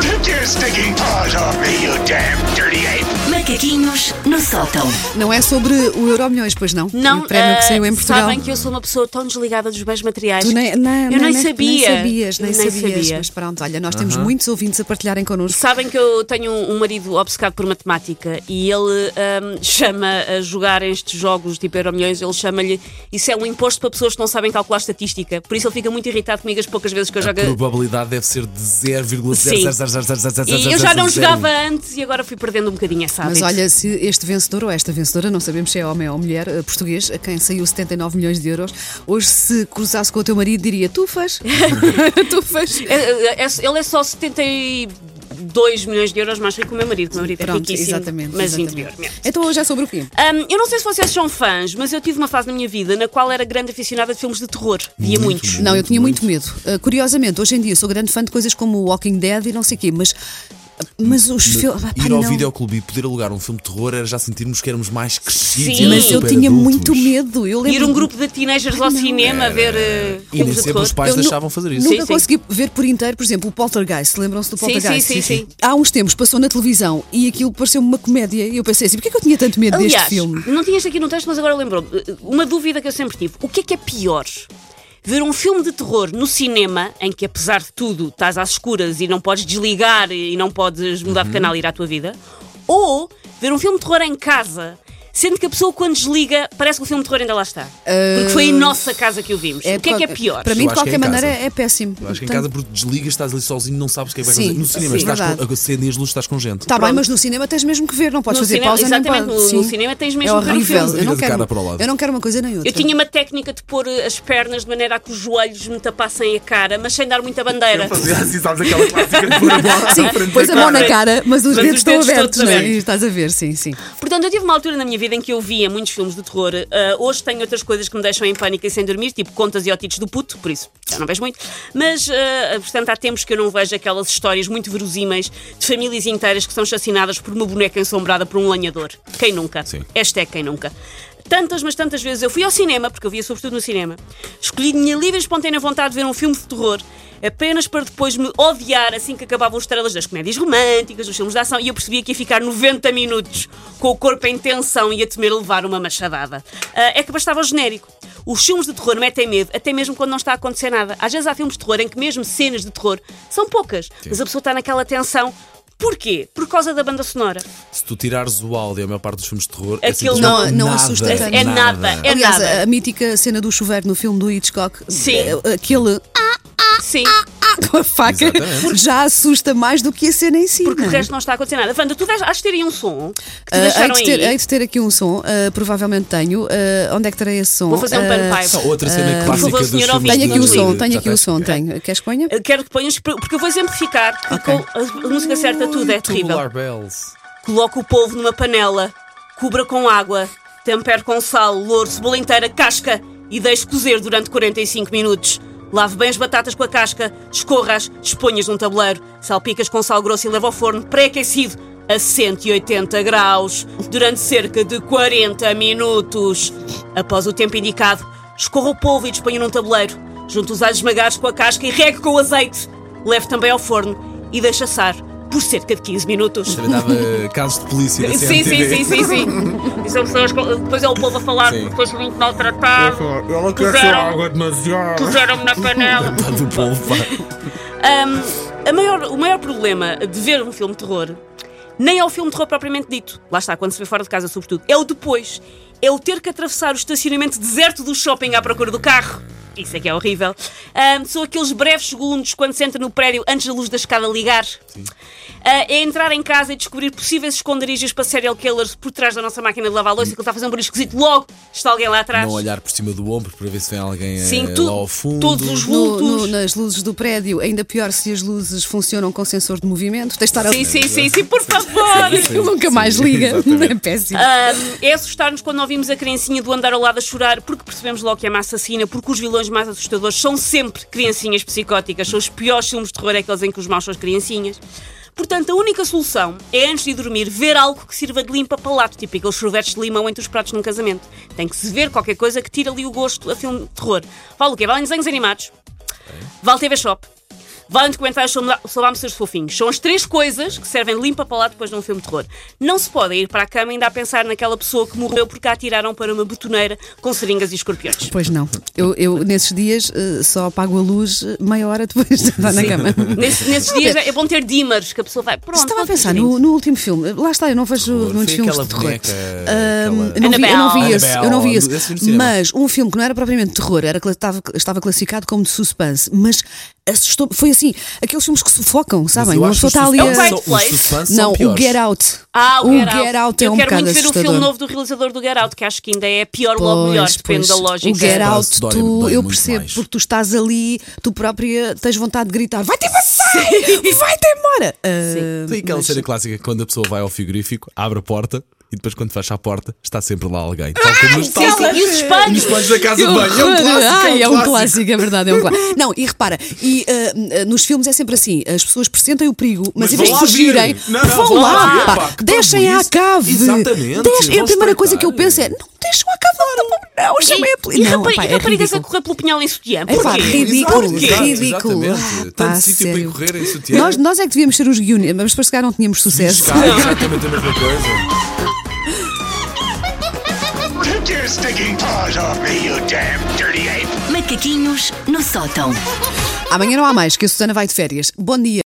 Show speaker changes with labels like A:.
A: Take your stinking paws off me, you damn dirty ape!
B: Macaquinhos no sótão.
C: Não é sobre o Euro Milhões, pois não?
D: Não,
C: o prémio
D: ah,
C: que saiu em Portugal.
D: sabem que eu sou uma pessoa tão desligada dos bens materiais.
C: Tu nem, nem- nem-
D: eu nem
C: nem-
D: sabia.
C: Nem sabias, nem,
D: Eu
C: sabias. Mas pronto, olha, nós temos muitos ouvintes a partilharem connosco.
D: Sabem que eu tenho um um marido obcecado por matemática e ele ahm, chama a jogar estes jogos tipo Euromilhões, ele chama-lhe isso é um imposto para pessoas que não sabem calcular estatística. Por isso ele fica muito irritado comigo as poucas vezes que eu jogo.
E: probabilidade deve ser de 0,00000000.
D: E eu já não jogava antes e agora fui perdendo um bocadinho essa
C: Mas
D: hábito.
C: olha, se este vencedor ou esta vencedora, não sabemos se é homem ou mulher, eh, português, a quem saiu 79 milhões de euros, hoje se cruzasse com o teu marido diria: Tu faz, tu faz.
D: É, é, é, ele é só 72 milhões de euros mais rico que o meu marido. O meu marido é
C: Pronto,
D: riquíssimo,
C: exatamente.
D: mas
C: exatamente.
D: interior mesmo.
C: Então hoje é sobre o quê?
D: Hum, eu não sei se vocês são fãs, mas eu tive uma fase na minha vida na qual era grande aficionada de filmes de terror. Via muitos.
C: Não, eu tinha muito medo. Uh, curiosamente, hoje em dia sou grande fã de coisas como Walking Dead e não sei o quê, mas, mas os filmes.
E: Ir ao videoclube e poder alugar um filme de terror era já sentirmos que éramos mais crescidos.
D: Sim.
E: e
C: Mas eu
E: super
C: tinha
E: adultos.
C: muito medo. Eu lembro
D: Ir um grupo de teenagers ao cinema ver eh,
E: E
D: filmes de
E: nem sempre
D: terror.
E: os pais
C: Eu nu-
E: deixavam fazer isso.
D: nu-
C: Nunca
D: Sim, sim.
C: consegui ver por inteiro, por exemplo, o Poltergeist. Lembram-se do
D: Sim, sim,
C: Poltergeist?
D: sim, sim.
C: Há uns tempos passou na televisão e aquilo pareceu-me uma comédia. E eu pensei assim: porquê é que eu tinha tanto medo
D: Aliás,
C: deste filme?
D: não tinha isto aqui no texto, mas agora lembrou Uma dúvida que eu sempre tive. O que é que é pior? Ver um filme de terror no cinema, em que apesar de tudo estás às escuras e não podes desligar e não podes mudar
C: Uhum.
D: de canal e ir à tua vida, ou ver um filme de terror em casa, sendo que a pessoa quando desliga parece que o filme de terror ainda lá está. Porque foi em nossa casa que o vimos. o que é que é pior?
C: Para mim,
E: Eu
C: de
E: acho que
C: Ah,
E: é
C: qualquer
E: em
C: maneira,
E: casa.
C: é, é péssimo.
E: Eu Acho que em
C: Portanto,
E: casa porque desligas, estás ali sozinho, não sabes o que é que vai
C: Sim,
E: fazer. No cinema,
C: sim.
E: estás
C: Verdade.
E: com, acendem as luzes, estás com gente.
C: Está tá bem, mas no cinema tens mesmo que ver, não podes
D: No
C: fazer
D: cinema-
C: pausa
D: exatamente,
C: nem
D: no-
C: pausa.
D: no cinema tens mesmo
C: é
D: que ver o
C: horrível.
D: filme.
C: Eu não
E: Vira de cara para o
C: quero,
E: lado.
C: eu não quero uma coisa nem outra.
D: Eu tinha uma técnica de pôr as pernas de maneira a que os joelhos me tapassem a cara, mas sem dar muita bandeira.
E: assim, sabes aquela clássica de pôr a bola
C: Sim, pôs a mão na cara, mas os
D: Mas
C: dedos
D: os
C: estão
D: dedos todos
C: abertos, não é?
D: abertos.
C: E Estás a ver, sim, sim.
D: Portanto, eu tive uma altura na minha vida em que eu via muitos filmes de terror. Ah, hoje tenho outras coisas que me deixam em pânico e sem dormir, tipo contas e otites do puto, por isso já não vejo muito. Mas, ah, portanto, há tempos que eu não vejo aquelas histórias muito verosímeis de famílias inteiras que são chacinadas por uma boneca ensombrada por um lanhador. Quem nunca?
E: Sim.
D: Hashtag é quem nunca. Tantas, mas tantas vezes eu fui ao cinema, porque eu via sobretudo no cinema, escolhi minha livre e espontânea vontade de ver um filme de terror, apenas para depois me odiar assim que acabavam os estrelas das comédias românticas, dos filmes de ação, e eu percebia que ia ficar 90 minutos com o corpo em tensão e a temer levar uma machadada. Ah, é que bastava o genérico. Os filmes de terror metem medo, até mesmo quando não está a acontecer nada. Às vezes há filmes de terror em que mesmo cenas de terror são poucas, mas a pessoa está naquela tensão. Porquê? Por causa da banda sonora.
E: Se tu tirares o áudio, a maior parte dos filmes de terror, é
D: Aquilo
E: simplesmente
C: não- não
E: nada,
C: assusta tanto.
D: É nada, é
C: Aliás,
D: nada.
C: a mítica cena do chuveiro no filme do Hitchcock,
D: Sim.
C: eh, aquele
D: Sim.
C: ah, com a faca
E: Exatamente.
C: já assusta mais do que a cena em si.
D: Porque
C: não
D: o
C: é?
D: resto não está a acontecer nada. Wanda, tu dás- has de ter aí um som que te
C: Ah, hei,
D: deixaram
C: de ter,
D: aí.
C: hei de ter aqui um som, ah, provavelmente tenho. Ah, onde é que terei esse som?
D: Vou fazer um
C: Ah,
D: panpipe.
E: Só outra cena
D: por
E: clássica
D: favor,
E: dos
D: senhor
E: filmes
D: ouvinte,
E: de
C: Tenho aqui o
D: Mas,
C: som,
E: terror.
C: tenho
E: Já
C: aqui o
E: tens.
C: som, tenho. Queres que ponha?
D: Eu Ah, Quero que ponhas, porque eu vou exemplificar que
C: Ok.
D: com a música certa tudo é terrível.
E: Tubular Bells.
D: Coloca o polvo numa panela, cubra com água, tempere com sal, louro, cebola inteira, casca e deixe cozer durante 45 minutos. Lave bem as batatas com a casca, escorras, exponhas num tabuleiro, salpicas com sal grosso e leva ao forno pré-aquecido a 180 graus durante cerca de 40 minutos. Após o tempo indicado, escorra o polvo e disponha num tabuleiro. Junte os alhos esmagados com a casca e regue com o azeite. Leve também ao forno e deixe assar por cerca de 15 minutos.
E: Também dava casos de polícia da
D: Sim, sim,
E: CMTV.
D: sim, sim, sim. E são pessoas que depois é o povo a falar
E: Sim.
D: que depois muito maltratado.
F: Ela quer
D: Puseram-
F: sua água demasiado.
D: Puseram-me na panela.
E: Pá, do povo, pá.
D: Um, a maior, o maior problema de ver um filme de terror nem é o filme de terror propriamente dito. Lá está, quando se vê fora de casa, sobretudo. É o depois. É o ter que atravessar o estacionamento deserto do shopping à procura do carro. Isso é que é horrível. Um, são aqueles breves segundos quando se entra no prédio antes da luz da escada ligar. Ah, é entrar em casa e descobrir possíveis esconderijos para serial killers por trás da nossa máquina de lavar louça, que ele está a fazer um barulho esquisito. Logo está alguém lá atrás.
E: Não olhar por cima do ombro para ver se vem alguém eh,
D: Sim, tu-
E: lá ao fundo.
D: todos os
C: No-
D: vultos.
C: no- nas luzes do prédio, ainda pior se as luzes funcionam com sensor de movimento. Tens de estar a-
D: Sim, sim, sim, sim, por favor!
C: Aquilo nunca mais
E: Sim,
C: liga.
E: exatamente.
C: É péssimo.
D: Ahm, é assustar-nos quando ouvimos a criancinha do andar ao lado a chorar, porque percebemos logo que é uma assassina, porque os vilões mais assustadores são sempre criancinhas psicóticas. São os piores filmes de terror, é aqueles em que os maus são as criancinhas. Portanto, a única solução é, antes de dormir, ver algo que sirva de limpa palato, tipo aqueles sorvetes de limão entre os pratos num casamento. Tem que se ver qualquer coisa que tire ali o gosto a filme de terror. Vale o quê? Valem desenhos animados, vale TV Shop, valem documentários sobre sobre almoços fofinhos. São as três coisas que servem de limpa palato depois de um filme de terror. Não se pode ir para a cama ainda a pensar naquela pessoa que morreu porque a atiraram para uma betoneira com seringas e escorpiões.
C: Pois não. Eu, eu, nesses dias, eh, só apago a luz eh, meia hora depois de estar na cama.
D: Nesse- nesses dias é bom ter dimers, que a pessoa vai, pronto,
C: Estava a
D: vou
C: pensar
D: dormir.
C: no, no último filme. Lá está, eu não vejo muitos
E: Foi
C: filmes
E: aquela
C: de terror.
E: boneca.
C: Ahm,
E: aquela-
C: eu não vi- eu não vi
E: Annabelle.
C: esse, eu não vi esse.
E: Annabelle, esse vi no cinema.
C: Mas um filme que não era propriamente terror, era, cla- estava, estava classificado como de suspense, mas assustou Foi assim, aqueles filmes que sufocam,
E: Mas
C: sabem?
E: eu
C: Uma
E: acho
C: pessoa está tá ali
D: É
E: os
D: um
C: a.
E: suspense-
D: Quiet Place.
E: os suspense são
C: Não, o
E: piores.
C: Get Out.
D: Ah, o,
C: o
D: Get Out.
C: é
D: eu
C: um
D: quero
C: bocado
D: muito ver o filme
C: assustador.
D: novo do realizador do Get Out, que acho que ainda é pior logo
C: Pois,
D: melhor, depende
C: pois.
D: da lógica.
C: O Get Out,
E: Dói-
C: tu-
E: dói
C: eu
E: muito
C: percebo,
E: mais.
C: porque tu estás ali, tu própria tens vontade de gritar: vai-te embora! Vai-te embora! Ah,
E: Tem aquela
C: mas-
E: cena clássica quando a pessoa vai ao frigorífico, abre a porta e depois quando fecha a porta está sempre lá alguém. Tal como nos- tal-
D: E os
C: é
E: e nos
D: espelhos?
E: planos da casa de
C: Que
E: banho. É um
C: horror!
E: clássico.
C: Ai,
E: é um clássico.
C: é verdade, é um clássico. Não, e repara, e, ah, ah, nos filmes é sempre assim: as pessoas presentem o perigo, mas,
E: Mas
C: em vez de
E: vão lá ver.
C: fugirem,
E: Não, não,
C: vão
E: vão lá
C: lá,
E: ver,
C: pá,
E: pá, que
C: deixem à
E: parvoíce.
C: cave.
E: Exatamente,
C: Deixem- é a
E: vão
C: primeira coisa que eu
E: espreitar.
C: penso é: não deixam à cave, não, não, não chamei a
D: E,
C: polícia. Não,
D: rapari-
C: pá,
D: e
C: é
D: raparigas a
C: ridículo.
D: correr pelo pinhal em sutiã.
C: É pá,
D: Porquê?
C: ridículo,
E: Exato, exato,
C: ridículo.
E: exatamente.
C: Ah, pá,
E: Tanto sítio para
C: sério.
E: correr em sutiã.
C: Nós, nós é que devíamos ser os Guionistas, mas depois se calhar não tínhamos sucesso.
E: Cá, exatamente a mesma coisa.
A: Take your stinking paws off me, you damn dirty ape!
B: Macaquinhos no sótão.
C: Amanhã não há mais, que a Susana vai de férias. Bom dia.